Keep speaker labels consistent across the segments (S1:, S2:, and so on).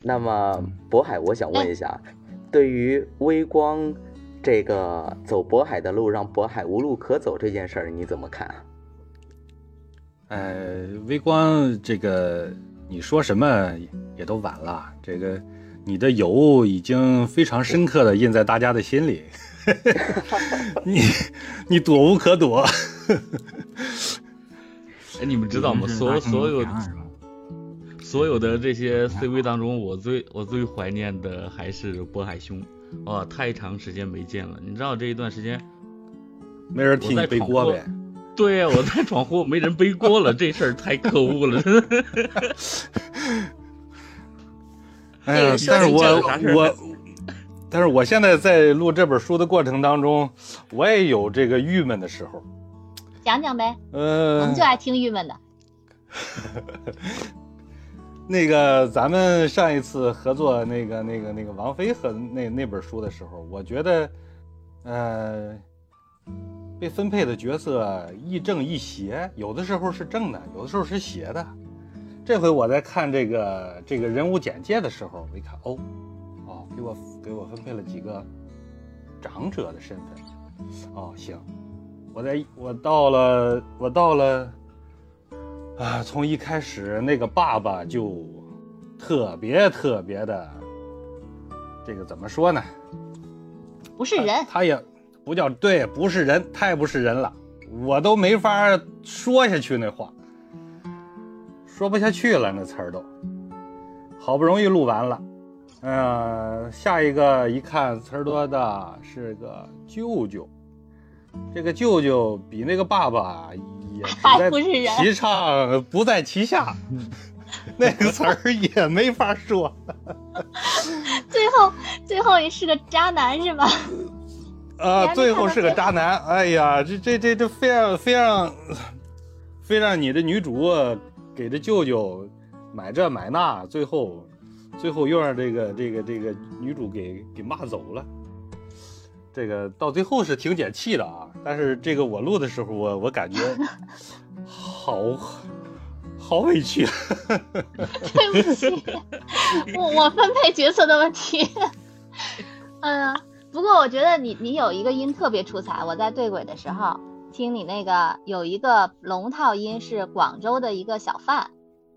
S1: 那么
S2: 嗯
S1: 渤海，我想
S3: 哎
S1: 问一下，对于微光这个走渤海的路，让渤海无路可走这件事儿，你怎么看啊？
S4: 呃，微光这个你说什么也都晚了，这个你的有误已经非常深刻的印在大家的心里， 你你躲无可躲。
S2: 哎，你们知道吗？所有所有所有的这些 CV 当中，我最我最怀念的还是渤海兄，哇，太长时间没见了。你知道这一段时间，
S4: 没人替你背锅呗？
S2: 对啊呀，我在闯祸，没人背锅了，这事儿太可恶了。
S4: 哎呀，但是我我，但是我现在在录这本书的过程当中，我也有这个郁闷的时候。
S3: 讲讲呗，
S4: 嗯
S3: 呃，我们就爱听郁闷的。
S4: 那个，咱们上一次合作那个、那个、那个王菲和那那本书的时候，我觉得，呃，被分配的角色亦正亦邪，有的时候是正的，有的时候是邪的。这回我在看这个这个人物简介的时候，我一看，哦，哦，给我给我分配了几个长者的身份，哦，行，我在我到了我到了。啊，从一开始那个爸爸就特别特别的，这个怎么说呢？
S3: 不是人，
S4: 他也不叫对，不是人，太不是人了，我都没法说下去那话，说不下去了那词儿都。好不容易录完了，呃，下一个一看词儿多的是个舅舅，这个舅舅比那个爸爸。
S3: 也不是人，
S4: 提倡不在其下， 那个词儿也没法说。
S3: 最后，最后也是个渣男是 吧？哎
S4: 啊，最后是个渣男。哎呀，这这这这非让非让非让你的女主给这舅舅买这买那，最后最后又让这个这个这个女主给给骂走了。这个到最后是挺解气的啊，但是这个我录的时候我，我我感觉好好委屈。啊
S3: 对不起，我我分配角色的问题。 嗯，不过我觉得你你有一个音特别出彩，我在对轨的时候听你那个有一个龙套音是广州的一个小贩，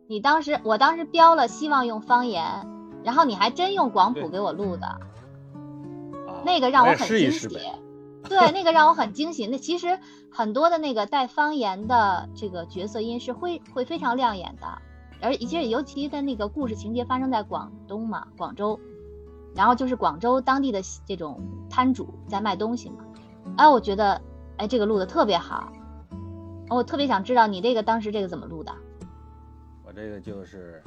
S3: 你当时我当时标了希望用方言，然后你还真用广普给我录的。那个
S2: 哎
S3: 让我很惊喜，
S4: 啊试试
S3: 对，那个让我很惊喜。那其实很多的那个带方言的这个角色音是会会非常亮眼的，而其实尤其在那个故事情节发生在广东嘛，广州，然后就是广州当地的这种摊主在卖东西嘛，哎，我觉得哎这个录的特别好，哦我特别想知道你这个当时这个怎么录的？
S4: 我这个就是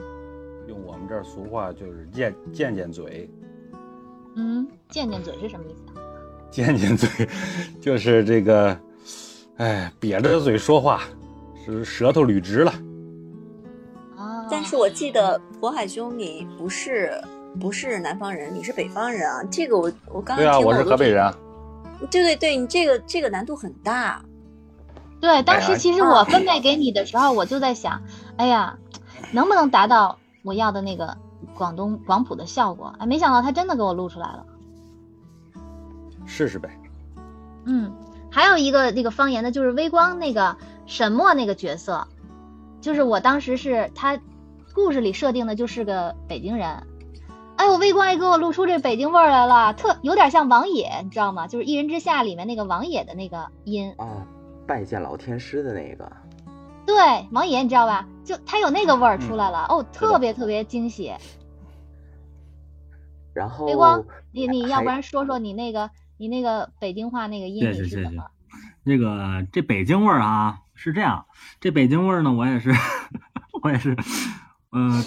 S4: 用我们这儿俗话就是贱贱贱嘴。
S3: 嗯，贱贱嘴是什么意思啊？
S4: 贱贱嘴，就是这个，哎，瘪着嘴说话，是舌头捋直了。
S3: 啊！
S5: 但是我记得渤海兄，你不是不是南方人，你是北方人啊。这个我我刚
S4: 对啊，我是河北人、啊。
S5: 对对对，你这个这个难度很大。
S3: 对，当时其实我分配给你的时候，我就在想，哎呀，能不能达到我要的那个？广东广普的效果，哎，没想到他真的给我录出来了，
S4: 试试呗。
S3: 嗯，还有一个那个方言的，就是微光那个沈墨那个角色，就是我当时是他故事里设定的就是个北京人，哎，我微光也给我录出这北京味儿来了，特有点像王野，你知道吗？就是《一人之下》里面那个王野的那个音
S1: 啊、哦，拜见老天师的那个。
S3: 对，王野你知道吧？就他有那个味儿出来了、嗯、哦，特别特别惊喜。
S2: 哦
S1: 然后，
S3: 微光，你你要不然说说你那个你那个北京话那个音
S6: 是怎么？那个这北京味儿啊是这样，这北京味儿呢，我也是 我也是，嗯、呃，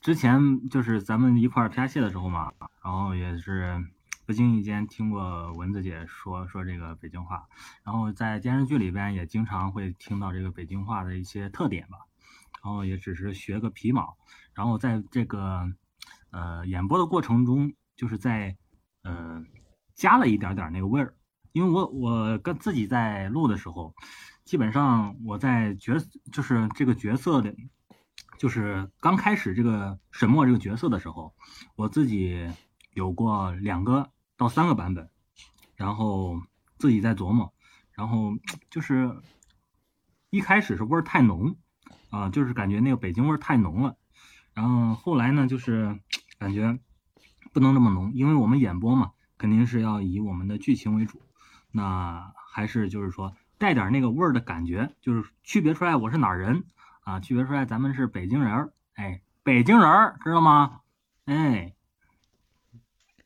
S6: 之前就是咱们一块儿拍戏的时候嘛，然后也是不经意间听过蚊子姐说说这个北京话，然后在电视剧里边也经常会听到这个北京话的一些特点吧，然后也只是学个皮毛，然后在这个。呃，演播的过程中，就是在呃加了一点点那个味儿，因为我我跟自己在录的时候，基本上我在角就是这个角色的就是刚开始这个沈墨这个角色的时候，我自己有过两个到三个版本，然后自己在琢磨，然后就是一开始是味儿太浓啊、就是感觉那个北京味儿太浓了，然后后来呢，就是感觉不能这么浓，因为我们演播嘛，肯定是要以我们的剧情为主，那还是就是说带点那个味儿的感觉，就是区别出来我是哪儿人啊，区别出来咱们是北京人儿，哎，北京人儿知道吗？哎，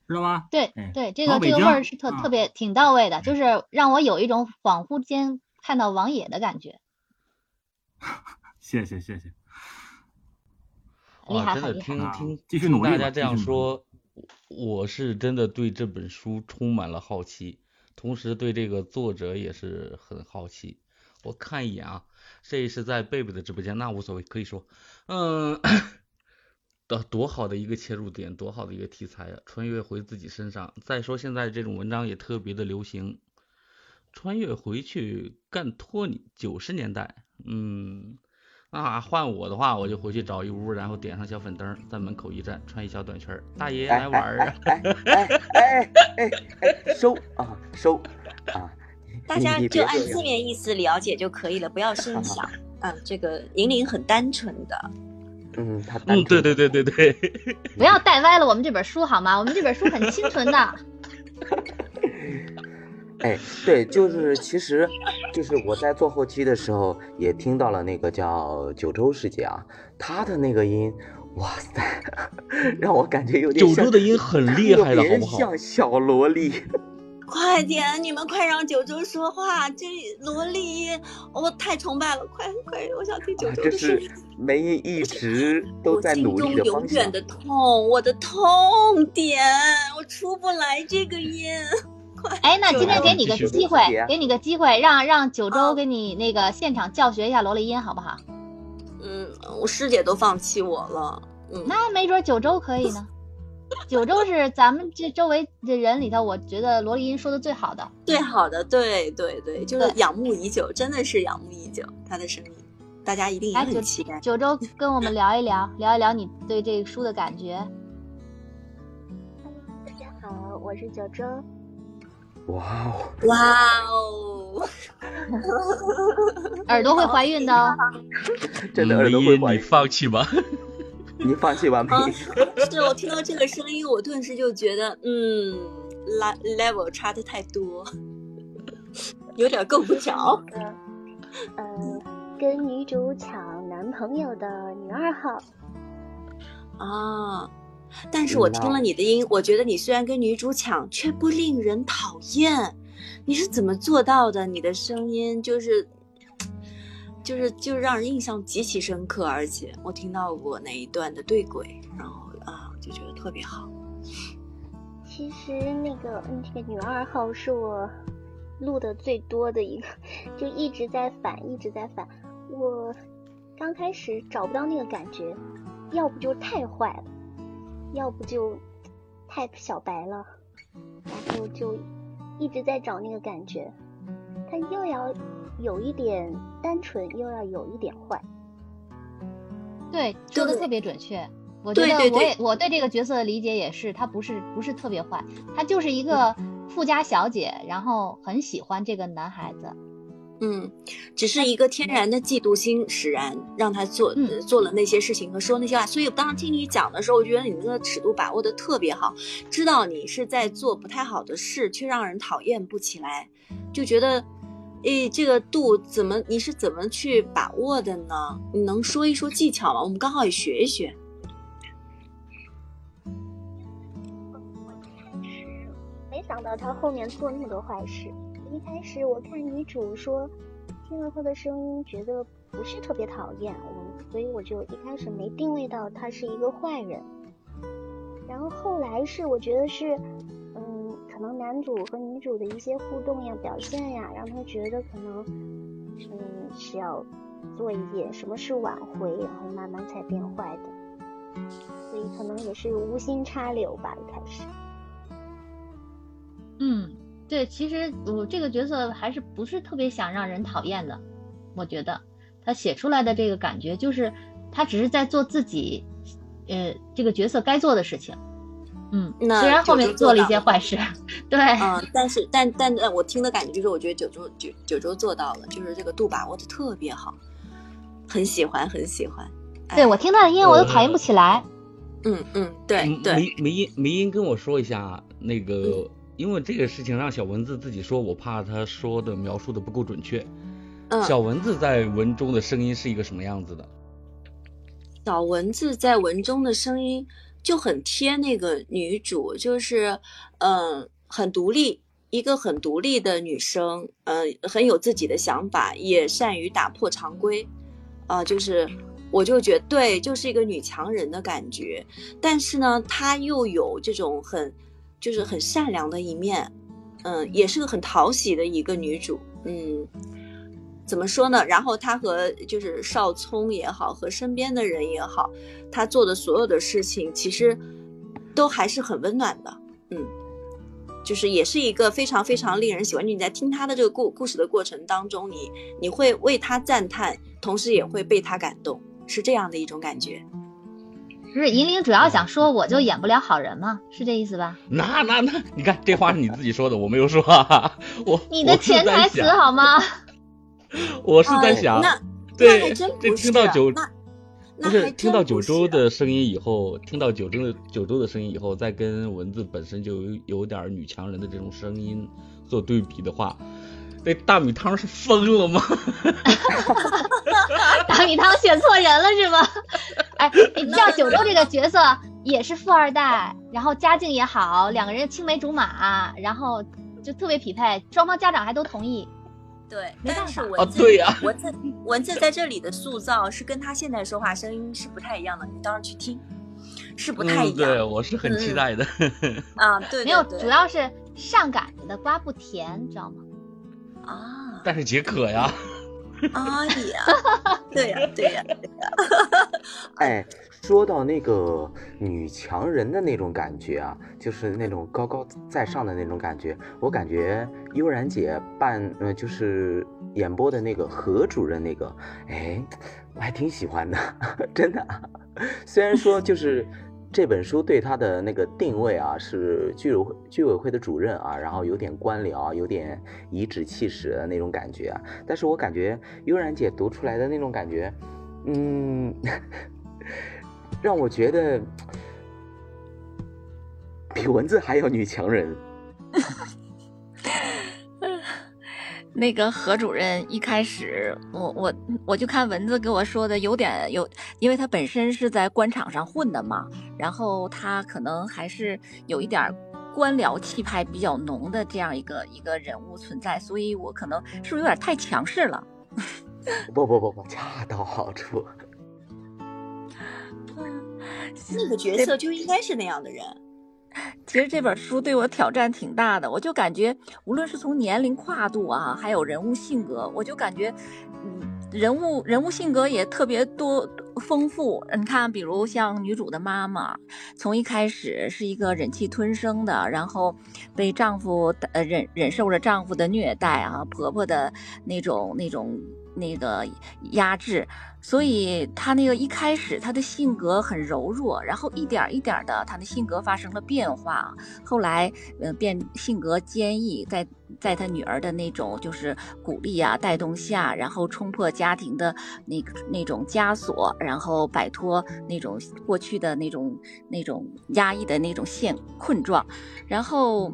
S6: 知道吗？
S3: 对
S2: 嗯
S6: 哎
S3: 对，这
S6: 老
S3: 个
S6: 北
S3: 这个味
S6: 京
S3: 儿是特
S6: 啊
S3: 特别挺到位的，就是让我有一种恍惚间看到王野的感觉，
S6: 谢谢谢谢，
S3: 厉
S2: 哇，
S3: 害
S2: 真的
S3: 很厉害
S2: 听
S6: 啊
S2: 听
S6: 继续
S2: 听
S6: 努力
S2: 大
S6: 吧
S2: 家这
S6: 继
S2: 样
S6: 续努力
S2: 说，我是真的对这本书充满了好奇，同时对这个作者也是很好奇。我看一眼啊，这是在贝贝的直播间，那无所谓，可以说，嗯， 多多好的一个切入点，多好的一个题材啊！穿越回自己身上。再说现在这种文章也特别的流行，穿越回去干托尼，九十年代，嗯，那换我的话，我就回去找一屋，然后点上小粉灯，在门口一站，穿一小短裙儿，大爷来玩儿啊！
S1: 哎哎哎哎哎， 收啊收啊！
S5: 大
S1: 你
S5: 家
S1: 你
S5: 就
S1: 别
S5: 按
S1: 这样
S5: 字面意思了解就可以了，不要深 想。嗯，这个银铃很单纯的，
S1: 嗯，他单
S2: 嗯，对
S1: 纯
S2: 对对对对，
S3: 不要带歪了我们这本书好吗？我们这本书很清纯 的，
S1: 哎，对，就是其实，就是我在做后期的时候也听到了那个叫九州师姐啊，她的那个音，哇塞， 让我感觉有点
S2: 九
S1: 像
S2: 州的音很厉害的，
S1: 特
S2: 好
S1: 别
S2: 不好？
S1: 像小萝莉，
S5: 快点，你们快让九州说话。这萝莉，我太崇拜了，快快，我想听九
S1: 啊
S5: 州
S1: 这
S5: 的声
S1: 是
S5: 音。
S1: 梅姨一直都在努力
S5: 我心中
S1: 方
S5: 永
S1: 向
S5: 远。的痛，我的痛点，我出不来这个音。
S3: 哎，那今天给你个
S2: 继续啊
S3: 机
S1: 继续
S3: 会，给你个机会，让让九州
S6: 哦
S5: 啊
S3: 给你那个现场教学一下萝莉音好不好？
S5: 嗯，我师姐都放弃我了。嗯，
S3: 那没准九州可以 呢。九州是咱们这周围的人里头，我觉得罗丽音说的最好的。
S5: 最好的，对对对，就是
S3: 对
S5: 仰慕已久，真的是仰慕已久，她的声音，大家一定也
S3: 哎来，九
S5: 很期待。
S3: 九州跟我们聊一聊，聊一聊你对这个书的感觉。
S7: 大家好，我是九州。
S1: 哇哦，
S5: 哇 哦，
S3: 耳朵会怀孕的 哦。
S1: 真
S2: 嗯
S1: 的耳朵
S2: 梅
S1: 会
S2: 姨
S1: 怀
S2: 你
S1: 孕，
S2: 放弃吧。
S1: 你放弃吧，梅
S5: 啊
S1: 姨。
S5: 是我听到这个声音，我顿时就觉得，嗯，la-，level 差的太多， 有点够不着。
S7: 呃，呃，跟女主抢男朋友的女二号，
S5: 啊。但是我
S1: 嗯
S5: 听了你的音，我觉得你虽然跟女主抢，却不令人讨厌。你是怎么做到的？你的声音就是，就是就是让人印象极其深刻，而且我听到过那一段的对轨，然后啊，我就觉得特别好。
S7: 其实那个嗯这个女二号是我录的最多的一个，就一直在反，一直在反。我刚开始找不到那个感觉，要不就太坏了，要不就太小白了，然后就一直在找那个感觉。它又要有一点单纯，又要有一点坏。
S3: 对，
S5: 就
S3: 说的
S5: 是
S3: 特别准确。我觉
S5: 对
S3: 得
S5: 对
S3: 我
S5: 对
S3: 也我对这个角色的理解也是，她不是不是特别坏，她就是一个
S5: 嗯
S3: 富家小姐，然后很喜欢这个男孩子。
S5: 嗯，只是一个天然的嫉妒心使然，让他做、
S3: 哎嗯
S5: 呃做了那些事情和说那些话。所以我当时听你讲的时候，我觉得你那个尺度把握的特别好，知道你是在做不太好的事，却让人讨厌不起来，就觉得，诶，这个度怎么你是怎么去把握的呢？你能说一说技巧吗？我们刚好也学一学。
S7: 没想到他后面做那么多坏事。一开始我看女主说，听了她的声音觉得不是特别讨厌我，所以我就一开始没定位到她是一个坏人。然后后来是我觉得是，嗯，可能男主和女主的一些互动呀、表现呀，让他觉得可能，嗯，是要做一点什么事挽回，然后慢慢才变坏的。所以可能也是无心插柳吧，一开始。
S3: 嗯，对，其实我这个角色还是不是特别想让人讨厌的，我觉得他写出来的这个感觉就是他只是在做自己，呃，这个角色该做的事情。嗯，
S5: 那
S3: 虽然后面
S5: 九州做
S3: 了一
S5: 到
S3: 些
S5: 了
S3: 坏事， 对，
S5: 嗯，但是但但但我听的感觉就是，我觉得九州九九州做到了，就是这个度把握的特别好，很喜欢很喜欢。哎
S3: 对我听他的音我都讨厌不起来。
S5: 嗯嗯，对嗯
S2: 嗯
S5: 对，
S2: 梅梅英梅英跟我说一下那个，因为这个事情让小蚊子自己说，我怕他说的描述的不够准确。
S5: 嗯，
S2: 小蚊子在文中的声音是一个什么样子的？
S5: 小蚊子在文中的声音就很贴那个女主，就是嗯、呃很独立，一个很独立的女生，嗯、很有自己的想法，也善于打破常规，啊、就是我就觉得对，就是一个女强人的感觉，但是呢，她又有这种很就是很善良的一面，嗯、也是个很讨喜的一个女主，嗯。怎么说呢？然后他和就是少聪也好，和身边的人也好，他做的所有的事情，其实都还是很温暖的。嗯，就是也是一个非常非常令人喜欢。你在听他的这个故故事的过程当中，你你会为他赞叹，同时也会被他感动，是这样的一种感觉。
S3: 不是银铃主要想说，我就演不了好人嘛，是这意思吧？
S2: 那那那，你看这话是你自己说的，我没有说、 啊。我
S3: 你的
S2: 我是
S3: 潜
S2: 在
S3: 台词
S2: 想，
S3: 好吗？
S2: 我是在
S5: 哎
S2: 想，
S5: 那
S2: 对
S5: 那还真
S2: 这
S5: 不啊
S2: 听
S3: 啊
S2: 到九
S5: 那
S2: 不
S5: 那还
S2: 是
S5: 真
S2: 听到九
S5: 不是
S2: 州的声音以后，听到九州的九州的声音以后，再跟蚊子本身就有有点儿女强人的这种声音做对比的话，那大米汤是疯了吗？
S3: 大米汤选错人了是 吗？哎，你知道九州这个角色也是富二代，然后家境也好，两个人青梅竹马，然后就特别匹配，双方家长还都同意。
S5: 对，
S3: 没
S5: 但
S3: 办
S5: 是
S3: 法
S5: 文
S2: 啊
S5: 字、
S2: 对呀
S5: 文字文字在这里的塑造是跟他现在说话声音是不太一样的，你到时候去听是不太一
S2: 嗯，对，
S5: 样、
S2: 我是很期
S5: 嗯
S2: 待的。
S5: 啊。对对对，
S3: 没有，主要是上赶着的瓜不甜，知道吗？
S5: 啊
S2: 但是解渴呀，
S5: 啊呀，对呀对呀对呀，
S1: 哎，说到那个女强人的那种感觉啊，就是那种高高在上的那种感觉，我感觉悠然姐扮呃就是演播的那个何主任那个，哎，我还挺喜欢的， 真的啊。虽然说就是这本书对她的那个定位啊是居委会居委会的主任啊，然后有点官僚，啊有点颐指气使的那种感觉啊，但是我感觉悠然姐读出来的那种感觉，嗯，让我觉得比蚊子还要女强人。
S8: 那个何主任一开始，我我我就看蚊子给我说的有点有，因为他本身是在官场上混的嘛，然后他可能还是有一点儿官僚气派比较浓的这样一个一个人物存在，所以我可能是不是有点太强势了？
S1: 不不不不，恰到好处。
S5: 那个角色就应该是那样的人。
S8: 其实这本书对我挑战挺大的，我就感觉无论是从年龄跨度啊，还有人物性格，我就感觉，嗯，人物人物性格也特别多丰富。你看，比如像女主的妈妈，从一开始是一个忍气吞声的，然后被丈夫呃忍忍受着丈夫的虐待啊，婆婆的那种那种那个压制，所以她那个一开始她的性格很柔弱，然后一点儿一点的她的性格发生了变化，后来呃变性格坚毅，在在她女儿的那种就是鼓励啊带动下，然后冲破家庭的那个那种枷锁，然后摆脱那种过去的那种那种压抑的那种现困状，然后。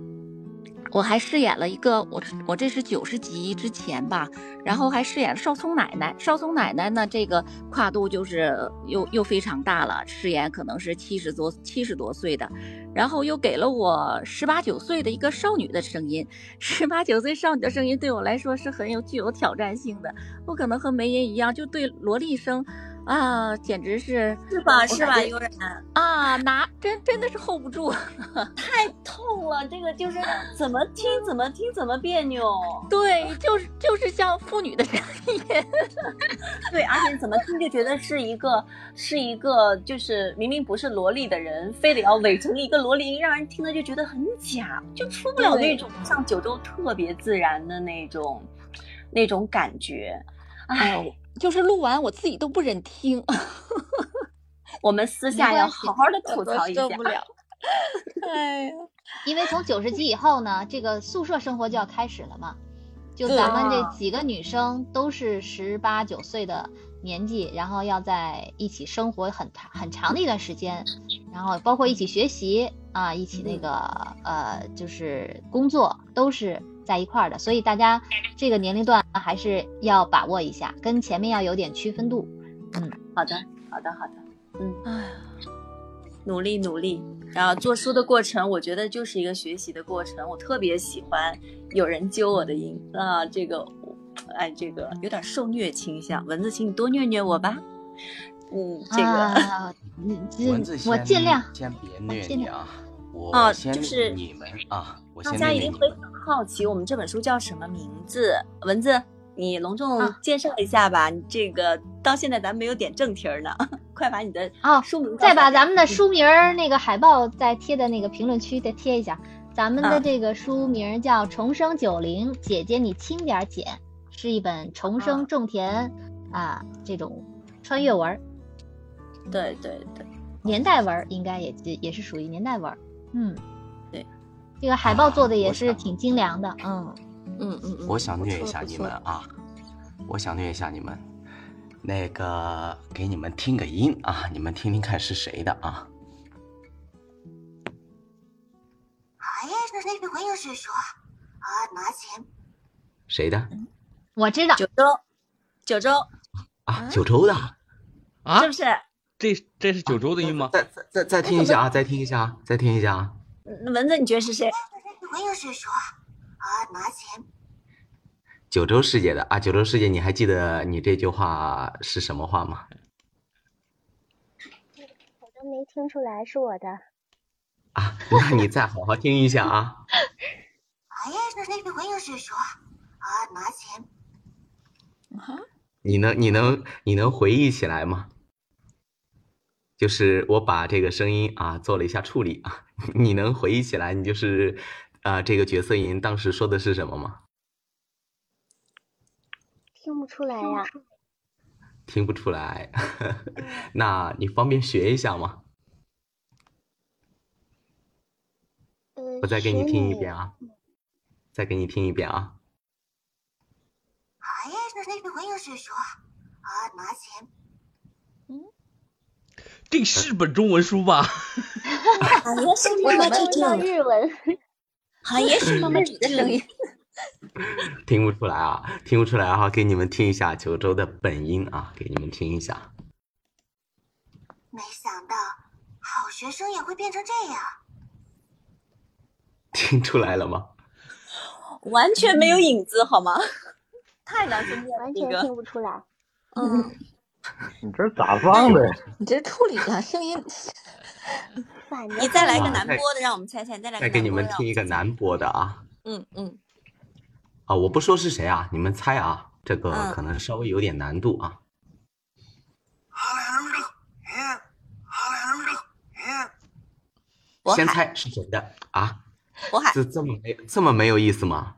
S8: 我还饰演了一个我我这是九十集之前吧，然后还饰演了少聪奶奶。少聪奶奶呢，这个跨度就是又又非常大了，饰演可能是七十多七十多岁的，然后又给了我十八九岁的一个少女的声音。 十八九岁少女的声音对我来说是很有具有挑战性的。我可能和梅姨一样，就对萝莉声啊，简直是
S5: 是吧？
S8: 我
S5: 是
S8: 感
S5: 吧？
S8: 觉
S5: 悠然
S8: 啊，拿真真的是 hold 不 住。啊
S5: 太痛了，这个就是怎么听怎么听怎么别扭，
S8: 嗯对，就是就是像妇女的声音。
S5: 对，而且怎么听就觉得是一个是一个就是明明不是萝莉的人，非得要伪成一个萝莉音，让人听了就觉得很假，就出不了那
S8: 对
S5: 种像九州特别自然的那种那种感觉。哎，
S8: 就是录完我自己都不忍听，
S5: 我们私下要好好的吐
S8: 我都
S5: 槽一下
S8: 受。不 了。哎呀，
S3: 因为从九十级以后呢，这个宿舍生活就要开始了嘛。就咱们
S8: 啊
S3: 这几个女生都是十八九岁的年纪，然后要在一起生活很长很长的一段时间，然后包括一起学习啊，一起
S5: 嗯
S3: 那个呃，就是工作都是在一块儿的，所以大家这个年龄段还是要把握一下，跟前面要有点区分度。嗯
S5: 好的，好的，好的，
S8: 哎呀，
S5: 努力努力。然后做书的过程，我觉得就是一个学习的过程。我特别喜欢有人揪我的音啊，这个我，哎，这个有点受虐倾向。蚊子，请你多虐虐我吧。嗯，这个、
S3: 啊，嗯
S1: 蚊子
S3: 这
S1: 先
S3: 我尽量
S1: 先别虐
S3: 尽
S1: 你
S3: 量
S1: 啊，
S5: 啊
S1: 我先
S5: 就是
S1: 虐你们啊，我
S5: 大
S1: 先
S5: 家
S1: 虐
S5: 一
S1: 你
S5: 定
S1: 们
S5: 会。很好奇我们这本书叫什么名字。蚊子，你隆重
S3: 啊
S5: 介绍一下吧。你这个到现在咱没有点正题儿呢， 快把你的
S3: 哦
S5: 书名告诉嗯
S3: 再把
S5: 大家
S3: 咱们的书名儿那个海报再贴在那个评论区再贴一下。咱们的
S5: 啊
S3: 这个书名儿叫《重生九零》，姐姐你轻点儿捡，是一本重生种田啊这种穿越文儿、
S5: 对对对，
S3: 年代文儿，应该也也是属于年代文儿。嗯，
S5: 对，
S3: 这个海报做的
S1: 啊
S3: 也
S1: 我
S3: 是
S1: 想
S3: 挺精良的。嗯，
S5: 嗯嗯嗯，
S1: 我想虐
S5: 不错
S1: 一下
S5: 不
S1: 你
S5: 错
S1: 们啊，我想虐一下你们，那个给你们听个音啊，你们听听看是谁的啊。
S9: 哎，这那个朋友是说，啊，拿钱
S1: 谁的
S5: 嗯
S3: 我知道，
S5: 九州，九州
S1: 啊？九州的，
S2: 啊
S5: 是，不是？
S2: 这这是九州的音吗？
S1: 啊再再再再听一下啊，再听一下啊，再听一下啊。
S5: 嗯蚊子，你觉得是谁？
S9: 那个朋友是说，啊，
S5: 呃
S9: 拿钱
S1: 九州师姐的啊，九州师姐，你还记得你这句话是什么话吗？
S7: 我都没听出来是我的。
S1: 啊，那你再好好听一下啊。
S9: 哎呀，那那个朋友是说，啊，拿钱
S1: 你能你能你能回忆起来吗？就是我把这个声音啊做了一下处理啊， 你能回忆起来你就是啊、这个角色音当时说的是什么吗？
S7: 听不出来呀、
S1: 听不出来， 那你方便学一下吗？
S7: 呃，
S1: 我再给你
S7: 学
S1: 听一遍啊，再给你听一遍啊。
S9: 哎呀，那那个朋友是说，啊，拿钱
S2: 这是本中文书吧？
S5: 好像是
S7: 我
S5: 妈妈
S7: 们
S5: 指
S7: 到
S5: 正，
S7: 日文，
S5: 好像是妈妈指
S8: 这声
S5: 正。
S8: 音，
S1: 听不出来啊，听不出来啊，给你们听一下九州的本音啊，给你们听一下。
S9: 没想到好学生也会变成这样。
S1: 听出来了吗？
S5: 完全没有影子，好吗？太难分辨了
S7: 完
S5: 这
S7: 全
S5: 个。
S7: 听不出来。
S5: 嗯，
S4: 你这是咋放的呀？
S8: 你这处理的声音，
S7: 反
S5: 你
S7: 正
S5: 再来一个
S1: 哇
S5: 南
S1: 再
S5: 波的，让我们猜猜。再来
S1: 再
S5: 一
S1: 给
S5: 个
S1: 你
S5: 南波
S1: 们
S5: 的，
S1: 听一个南波的啊
S5: 嗯嗯，
S1: 啊！我不说是谁啊，你们猜啊，这个
S5: 嗯
S1: 可能稍微有点难度啊。
S5: 渤
S1: 先
S5: 海，
S1: 猜是谁的啊？
S5: 渤海，
S1: 这这么没这么没有意思吗？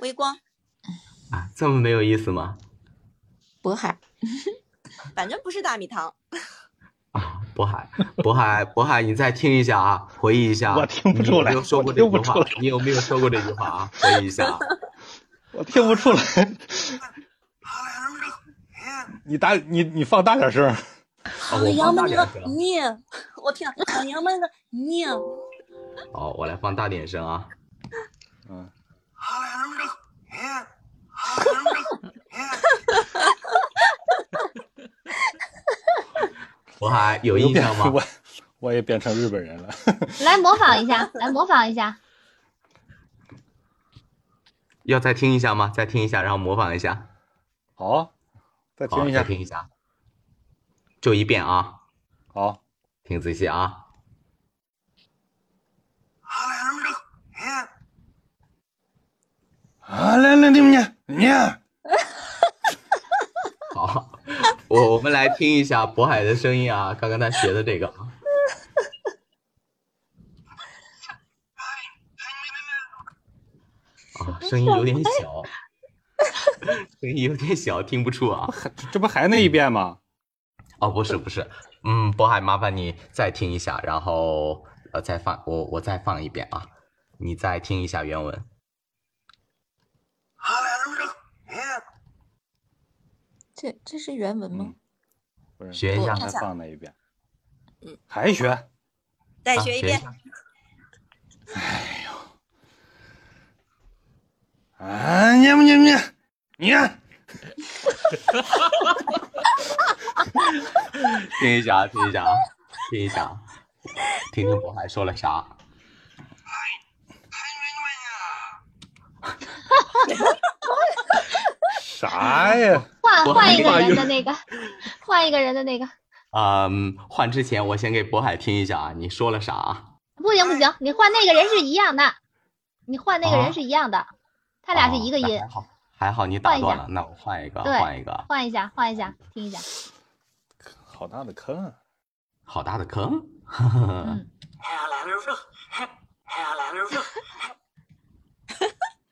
S5: 微光，
S1: 啊，这么没有意思吗？
S8: 渤海，
S5: 反正不是大米 糖。
S1: 啊，渤海，渤海，渤海，你再听一下啊，回忆一下啊。
S4: 我听不出
S1: 你有没
S4: 来
S1: 有说
S4: 我
S1: 过这
S4: 听
S1: 句
S4: 不
S1: 话
S4: 出来？
S1: 你有没有说过这句话啊？回忆一下啊。
S4: 我听不出来。你大你你放大点声，
S1: 哦
S5: 唐
S1: 我
S5: 扬
S1: 放大
S5: 门
S1: 点
S5: 个
S1: 声。
S5: 你，哎我天啊，唐扬门个你，
S1: 哦，我来放大点声啊。
S4: 嗯，
S1: 渤海有印象吗？
S4: 我我也变成日本人了。
S3: 来模仿一下，来模仿一下。
S1: 要再听一下吗？再听一下，然后模仿一下。
S4: 好，再
S1: 好，
S4: 听一下
S1: 再，听一下，就一遍啊，
S4: 好，
S1: 听仔细啊。
S4: 啊，来来，你们你
S1: 好，我我们来听一下渤海的声音啊，刚刚他学的这个啊。啊，声音有点小， 声音有点小，听不出啊。
S4: 这不还那一遍吗？
S1: 哦，不是不是，嗯，渤海，麻烦你再听一下，然后呃再放我我再放一遍啊，你再听一下原文。
S8: 这这是原文吗？
S4: 不是，
S1: 学一下
S4: 再放那一遍。
S5: 嗯，
S4: 还学？
S5: 再
S1: 啊
S5: 学一遍。
S1: 下
S4: 啊，念不念不念？念。
S1: 听一下，听一下，啊，听一下，啊，听听渤海说了啥。
S4: 啥呀？
S3: 换
S1: 我
S3: 换一个
S1: 还以为
S3: 人的那个，换一个人的那个，
S1: 嗯，换之前我先给渤海听一下啊，你说了啥啊？
S3: 不行不行，你换那个人是一样的，你换那个
S1: 啊
S3: 人是一样的，他俩是一个
S1: 哦那
S3: 音
S1: 还，好， 还好你打
S3: 换一
S1: 断
S3: 下
S1: 了，那我换一个，
S3: 对
S1: 换一个。
S3: 换一下换一下，听一下，
S4: 好大的坑啊！
S1: 好大的坑！
S3: 嗯，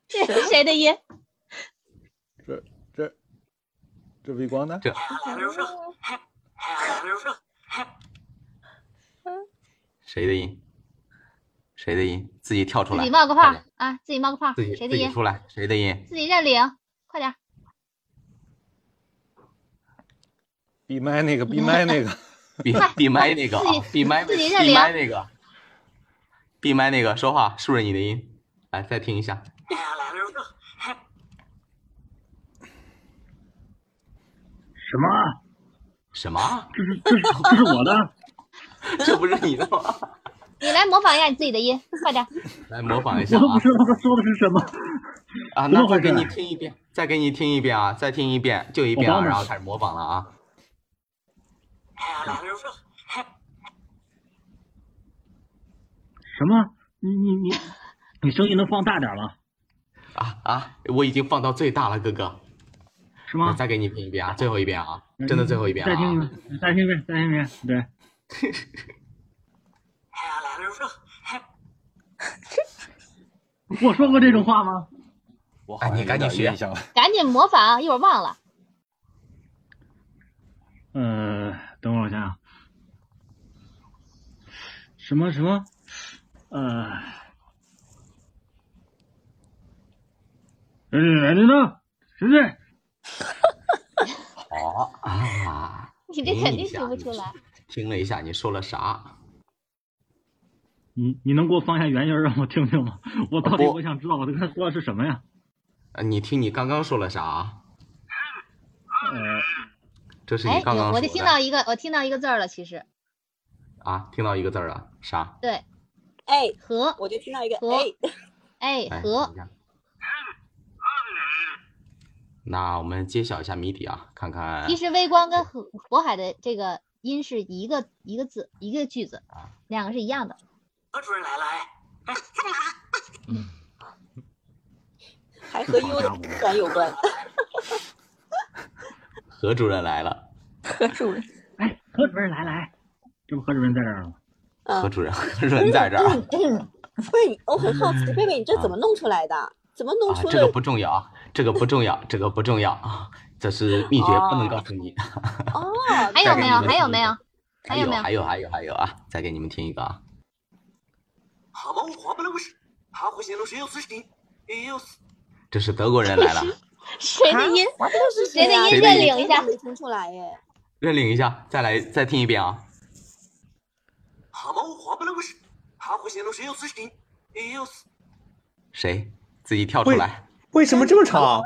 S3: 这是谁的音？
S4: 这这这微光呢？
S1: 这谁的音？谁的音？自己跳出
S3: 自
S1: 来，
S3: 己冒个泡
S1: 快
S3: 儿
S1: 点
S3: 啊，自己冒个泡儿，
S1: 自己
S3: 谁的
S1: 自己
S3: 音？
S1: 出来，谁的音？
S3: 自己认领，快点儿，
S4: 闭麦那个，闭麦那个，
S1: 闭
S3: 快
S1: 闭麦那个啊
S3: 自己，
S1: 闭麦
S3: 自己
S1: 闭
S3: 认领啊
S1: 麦那个，闭麦那个，说话是不是你的音？来，再听一下。
S6: 什么？
S1: 什么？
S6: 这是 不是我的？
S1: 这不是你的吗？
S3: 你来模仿一下你自己的音，快点儿，
S1: 来模仿一下
S6: 我都不
S1: 啊
S6: 知道他说的是什么。
S1: 啊！
S6: 怎么
S1: 那再
S6: 回
S1: 给
S6: 事
S1: 你听一遍，再给你听一遍啊，再听一遍，就一遍
S6: 我
S1: 啊，
S6: 帮着
S1: 然后开始模仿了啊。
S6: 什么？你你你，你声音能放大点吗？
S1: 啊啊！我已经放到最大了，哥哥，
S6: 是
S1: 我
S6: 吗？嗯
S1: 再给你听一遍啊，最后一遍啊，真的最后一遍
S6: 再听一
S1: 啊！
S6: 遍，再听一遍，再听一遍。对， 我说过这种话吗？
S4: 我好
S1: 哎
S4: 像
S1: 你赶紧
S4: 有点
S1: 学
S4: 印象了。
S3: 赶紧模仿，一会儿忘了。
S6: 呃，等会儿我想想，什么什么，呃，谁谁呢？谁谁？
S1: 好啊，
S3: 你这
S1: 听
S3: 肯
S1: 一
S3: 定
S1: 下
S3: 听不
S1: 你
S3: 出来。
S1: 听了一下你说了啥？
S6: 你你能给我放下原音儿让我听听吗？ 我到底
S1: 不
S6: 我想知道我跟他说的是什么呀？
S1: 呃你听你刚刚说了啥？啊
S6: 呃，
S1: 这是
S3: 哎
S1: 你，刚刚
S3: 有
S1: 说
S3: 我
S1: 的
S3: 就听到一个，我听到一个字儿了，其实
S1: 啊，听到一个字儿了，啥？
S3: 对，
S5: 哎，
S3: 和，
S5: 我就听到一个
S3: 和
S5: 哎，
S3: 哎，
S1: 哎，
S3: 和
S1: 等一，下那我们揭晓一下谜底啊，看看
S3: 其实微光跟和渤海的这个音是一个一个字一个句子，
S10: 啊
S3: 两个是一样的。
S5: 还和优的特感有关。
S1: 何主任来了，
S8: 何主任，
S6: 哎，何主任来来，这不何主任在这儿吗？
S5: 嗯
S1: 何，主任，何主任在这 儿啊，
S5: 不是，嗯我很好奇，贝贝，你这怎么弄出来的？怎么弄
S1: 啊
S5: 出
S1: 这个
S5: 了？
S1: 不重要啊，这个不重要，这个不重要啊，这是秘诀，不能
S5: 哦
S1: 告诉你。
S5: 哦，
S3: 还有没有？还有没有？
S1: 还
S3: 还有没有
S1: 还有还有还有啊！再给你们听一个啊！这是德国人来了，
S3: 谁的音？
S5: 这
S3: 谁的音
S5: 谁
S3: 认领一下
S5: 没听出来耶。
S1: 认领一下，再来再听一遍啊！谁自己跳出来
S10: 为什么这么 长？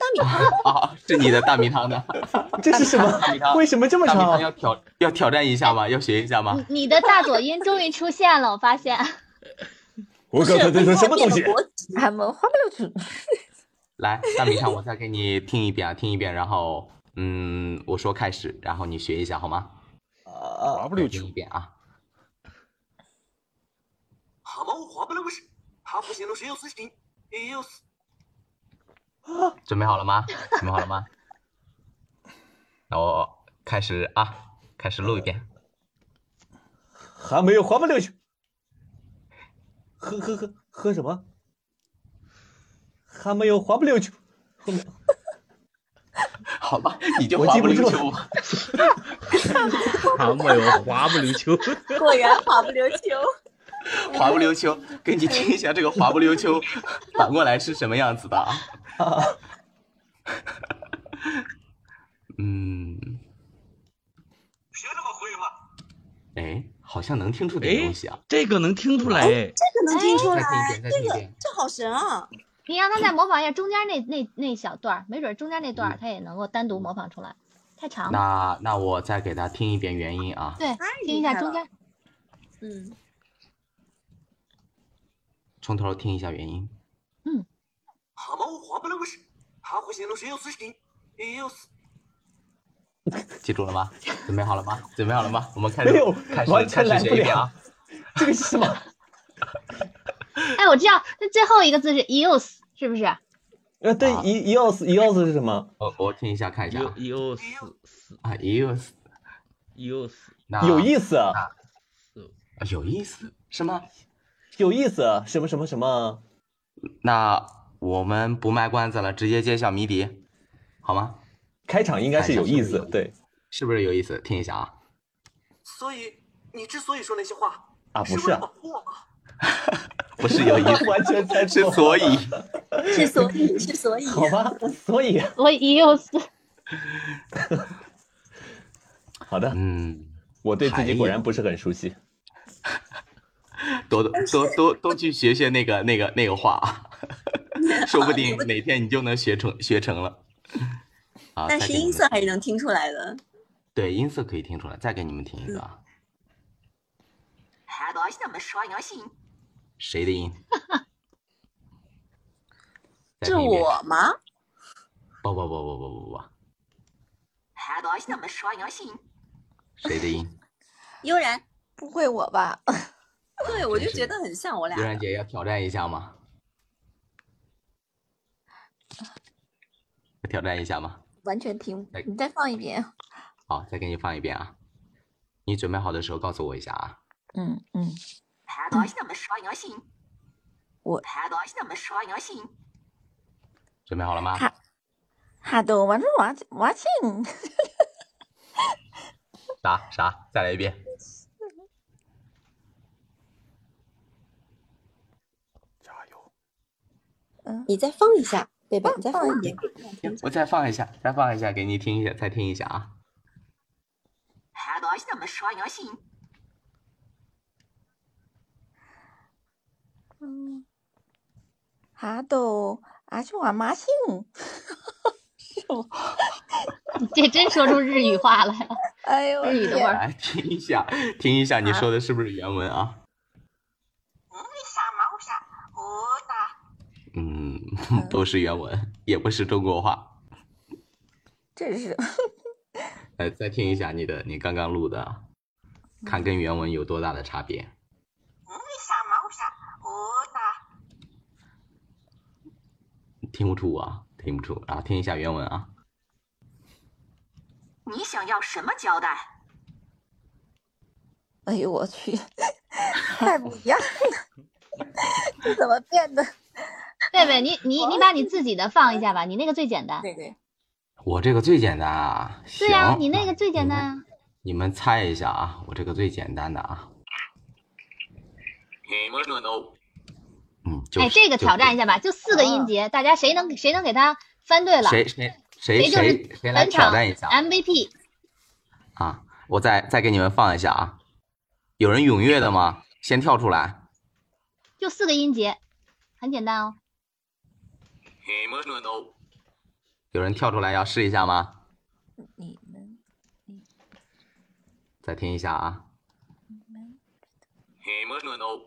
S5: 大米汤，
S1: 啊？是你的大米汤的，
S10: 这是什 么
S1: 大米汤？
S10: 为什么这么
S1: 大米汤
S10: 长
S1: 要？挑要挑战一下吗？要学一下吗？
S3: 你你的大左音终于出现了，我发现。
S10: 我
S5: 是
S10: 刚才在说什么东
S5: 变了
S10: 西？
S5: 国籍
S8: 俺们花不了主。
S1: 来，大米汤，我再给你听一遍啊，听一遍，然后嗯，我说开始，然后你学一下好吗？
S10: 啊，
S1: 再
S4: W
S1: 听
S4: 九
S1: 一遍啊。
S10: 啊
S1: 准备好了吗？准备好了吗？那我开始啊，开始录一遍。
S10: 还没有，还不溜去。喝喝喝喝什么？还没有，还不溜去。后面
S1: 好吧，你就
S10: 我
S1: 滑
S10: 记
S1: 不
S10: 不
S1: 溜
S10: 住
S1: 秋吧。
S2: 啊，没有滑不溜秋。
S5: 果然滑不溜秋。
S1: 啊滑不溜秋，给你听一下这个滑不溜秋反过来是什么样子的啊？嗯，哎，好像能听出点
S2: 哎
S1: 东西啊。，
S2: 这个能听出来哎，
S5: 这个能听出
S1: 再
S5: 来，
S1: 听一遍，再听一遍。
S5: 哎这好神啊！
S3: 你让他再模仿一下中间那那那小段儿，没准中间那
S10: 嗯
S3: 段儿他也能够单独模仿出来，太长了。
S1: 那那我再给他听一遍原音啊。
S3: 对，听一
S5: 厉
S3: 下
S5: 害
S3: 中
S5: 了
S3: 间。
S5: 嗯，
S1: 从头听一下原音。
S9: 蛤蟆我滑不溜个屎，蛤蟆行了谁要死谁要死。
S1: 记住了吗？准备好了吗？准备好了吗？我们开始
S10: 没有，
S1: 开
S10: 完
S1: 始
S10: 全
S1: 开
S10: 来
S1: 始
S10: 不
S1: 学一遍啊！
S10: 这个是 什么？
S3: 哎，我知道，那最后一个字是 use，是不是？
S10: 呃，对
S1: 啊，
S10: 一一钥匙一钥匙是什么？
S1: 我我听一下看一下啊
S2: u u 四四
S1: 啊，有
S2: u 四，
S1: 那
S10: 有意思，
S1: 啊有意思是吗？
S10: 有意思，啊什么什么什么？
S1: 那我们不卖关子了，直接揭晓谜底，好吗？
S10: 开场应该是有意思，对
S1: 是不是有意思？听一下啊。
S9: 所以你之所以说那些话，
S10: 啊，不
S9: 是
S10: 是
S9: 为了
S10: 啊
S9: 保，护我吗？
S1: 不是 有意思，
S10: 完全猜
S1: 是
S10: 错，
S1: 所以。
S5: 是所以，是所以。
S10: 好吧，所以
S3: 我 use，
S10: 好的，
S1: 嗯，
S10: 我对自己果然不是很熟悉。
S1: 多多多多多去学学那个那个那个话啊，说不定哪天你就能学成学成了。啊，
S5: 但
S1: 再
S5: 是
S1: 给你
S5: 音
S1: 们
S5: 色还是能听出来的。
S1: 对音色可以听出来，再给你们听一个啊，
S9: 还不是那么刷牙心。
S1: 谁的音？再
S5: 是
S1: 听一遍
S5: 我吗？
S1: 不不不不不不不，
S9: 还不是那么刷牙心。
S1: 谁的音？
S5: 悠然，
S8: 不会我吧？
S5: 对我就觉得很像我俩
S1: 悠。然姐要挑战一下吗？要挑战一下吗？
S8: 完全听
S1: 哎，
S8: 你再放一遍。啊
S1: 好，再给你放一遍啊。你准备好的时候告诉我一下啊。
S8: 嗯嗯，
S9: 还不是那么刷牙心。
S8: 我
S9: 还不是那么刷牙心。
S1: 准备好了吗？
S8: 好哈都完了，完完 庆，
S1: 啥啥？再来一遍。
S5: 嗯你再放一下，贝贝，你再嗯放一遍。
S1: 我再放一下，再放一下，给你听一下，再听一下啊。
S9: 还不是那么刷牙心。
S8: 哈都阿秀阿啊 妈庆，
S3: 你这真说出日语话来了。
S8: 哎呦我
S3: 日语的味
S8: 天，
S3: 儿
S1: 来听一下，听一
S9: 啊
S1: 下，你说的是不是原文啊？
S9: 啥毛啥？我打
S1: 嗯， 不是原文，也不是中国话。
S8: 这是
S1: 呃，再听一下你的，你刚刚录的啊，看跟原文有多大的差别。
S9: 啥毛啥？我打
S1: 听不出啊，听不出啊，听一下原文啊。
S9: 你想要什么交代？
S8: 哎呦我去，太不一样了， 这怎么 变的？
S3: 贝贝，你你你把你自己的放一下吧，你那个最简单。
S5: 对对，
S1: 我这个最简单啊，行，
S3: 对呀、你那个最简单啊。
S1: 你们猜一下啊，我这个最简单的啊，
S9: 你们乱斗。
S1: 嗯，就是、
S3: 哎，这个挑战一
S1: 下，
S3: 下吧，就四个音节，
S5: 哦
S3: 大家谁能谁能给他翻对了，
S1: 谁谁
S3: 谁
S1: 谁
S3: 就是
S1: 谁谁来
S3: 本
S1: 挑
S3: 场
S1: 战一下
S3: MVP。
S1: 啊？我再再给你们放一下啊，有人踊跃的吗？先跳出来，
S3: 就四个音节，很简单哦。
S9: 你们乱斗。
S1: 有人跳出来要试一下吗？
S8: 你们
S1: 再听一下啊，
S9: 你们乱斗。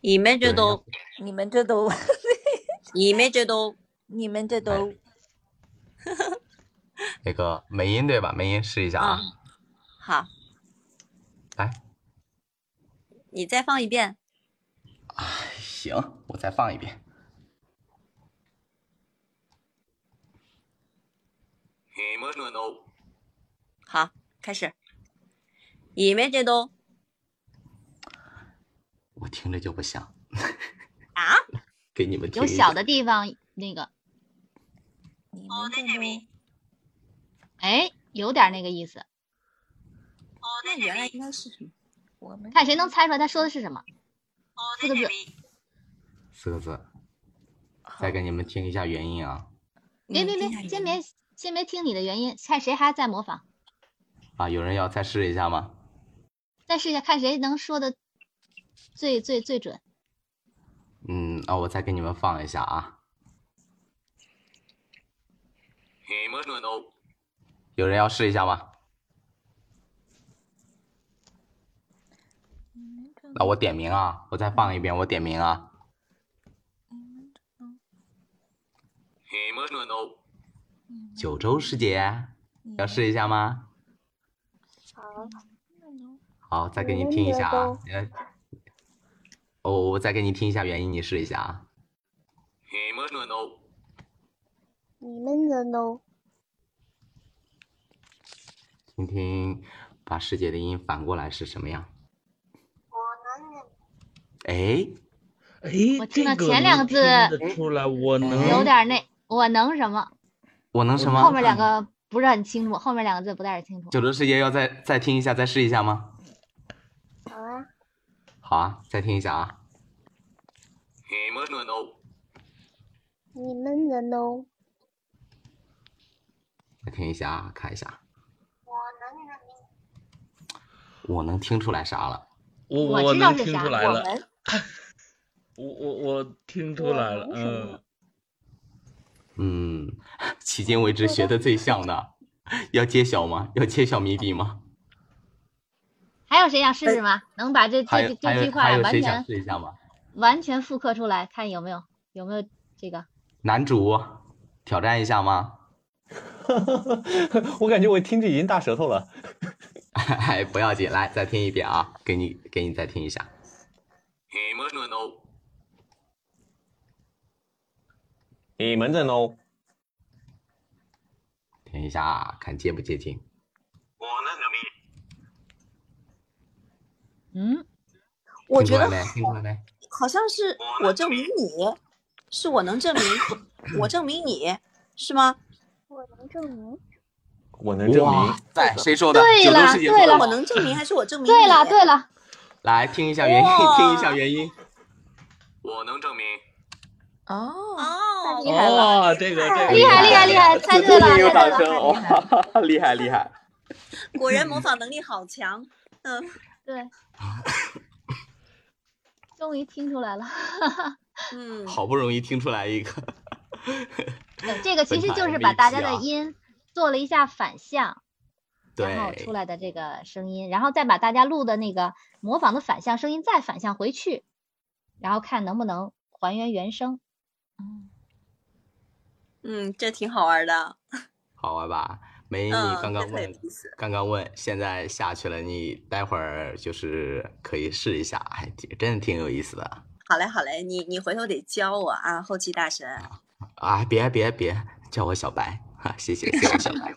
S5: 你们这都，
S8: 你们这都，
S5: 你们这 都，
S8: 你们这都，
S1: 哎那个美音对吧？美音试一下
S3: 嗯
S1: 啊，
S5: 好，
S1: 来，
S5: 你再放一遍。
S1: 行，我再放一遍，
S9: 你们乱斗。
S5: 好，开始。你们这都
S1: 我听着就不像，
S5: 啊？
S1: 给你们听
S3: 有
S1: 一下
S3: 小的地方那个，
S8: 你们
S9: 哦，对这名。
S3: 哎，有点那个意思。
S9: 哦，
S5: 那
S9: 对这
S5: 原来
S9: 名。
S5: 应该是什么？我们
S3: 看谁能猜出来他说的是什么。
S9: 哦，
S3: 四
S9: 对
S3: 个
S9: 这
S3: 字
S9: 名。
S1: 四个
S3: 哦
S1: 字，再给你们听一下原因啊
S3: 别别别，先别先别听你的原因，看谁还在模仿，
S1: 啊！有人要再试一下吗？
S3: 再试一下看谁能说的最最最准。
S1: 嗯，那我再给你们放一下啊。有人要试一下吗？
S3: 嗯
S1: 那我点名啊，我再放一遍，我点名啊。九州师姐，
S3: 嗯
S1: 要试一下吗？
S7: 好，
S1: 好，再给你听一
S3: 嗯
S1: 下啊。呃哦，我再给你听一下原因，你试一下啊。
S7: 你们的 no，
S1: 听听，把师姐的音反过来是什么样？哎，
S2: 哎，
S3: 我听到
S2: 这
S3: 前两
S2: 能
S3: 个字嗯
S2: 听得出来，我能
S3: 有点那我能什么，
S1: 我嗯能什
S3: 后
S1: 么？嗯
S3: 面两个不是很清楚，后面两个字不太清楚。
S1: 九州师姐要再再听一下，再试一下吗？
S7: 好啊，
S1: 好啊，再听一下啊。
S7: 你们的 no，
S1: 再听一下啊，看一下。我能听出来啥了？
S2: 我
S3: 我知
S2: 能
S3: 道是
S2: 听
S3: 啥
S2: 出来
S3: 我
S2: 了
S3: 们，
S2: 我我我听出
S7: 我
S2: 来了，
S7: 能什么
S2: 嗯，
S1: 嗯， 迄今为止学的最像的，要揭晓吗？要揭晓谜底吗？
S3: 还有谁想试试吗？能把这
S1: 哎还
S3: 这这
S1: 有还
S3: 这句
S1: 有
S3: 话
S1: 还有
S3: 完
S1: 谁
S3: 全
S1: 想试一下吗？
S3: 完全复刻出来，看有没有有没有这个？
S1: 男主挑战一下吗？
S10: 我感觉我听着已经大舌头了。
S1: 哎，不要紧，来再听一遍啊，给你给你再听一下。
S10: 哦你们哦的 no，
S1: 听一下啊，看接不接近。
S3: 嗯，
S5: 我觉得
S1: 听出来没？听出来 没？
S5: 好像是我证明你，是我能证明，我证明你是吗？
S7: 我能证明。
S10: 我能证明
S1: 哇。塞，谁说的？
S3: 对
S1: 九州
S3: 了
S1: 师姐
S3: 对
S1: 说
S3: 了
S1: 的
S5: 我
S1: 吗。
S5: 能证明还是我证明你？
S3: 对了对了，
S1: 来听一下原因，
S5: 哇
S1: 听一下原因。
S8: 哦，
S5: 哦，厉害了！
S2: 哦，这个这个
S3: 厉害厉害厉害，猜对了，猜
S1: 没有
S3: 对
S1: 掌
S3: 了，太
S1: 声，
S3: 厉害了。
S1: 哇，厉害厉 害。
S5: 果然模仿能力好强。嗯，
S3: 对， 终于听出来了。
S5: 嗯，
S1: 好不容易听出来一个，
S3: 对，这个其实
S1: 本
S3: 就
S1: 场
S3: 是把大家
S1: MVP
S3: 的
S1: 啊
S3: 音做了一下反向，然后
S1: 对，
S3: 出来的这个声音，然后再把大家录的那个模仿的反向声音再反向回去，然后看能不能还原原声。
S5: 嗯，这挺好玩的。
S1: 好玩吧？梅，哎你
S5: 嗯，
S1: 刚刚
S5: 这特有
S1: 问，
S5: 意思。
S1: 刚刚问，现在下去了，你待会儿就是可以试一下，还挺真的挺有意思的
S5: 好嘞，好嘞，你你回头得教我啊，后期大神。
S1: 啊！别别别，叫我小白啊！谢谢，谢我小白。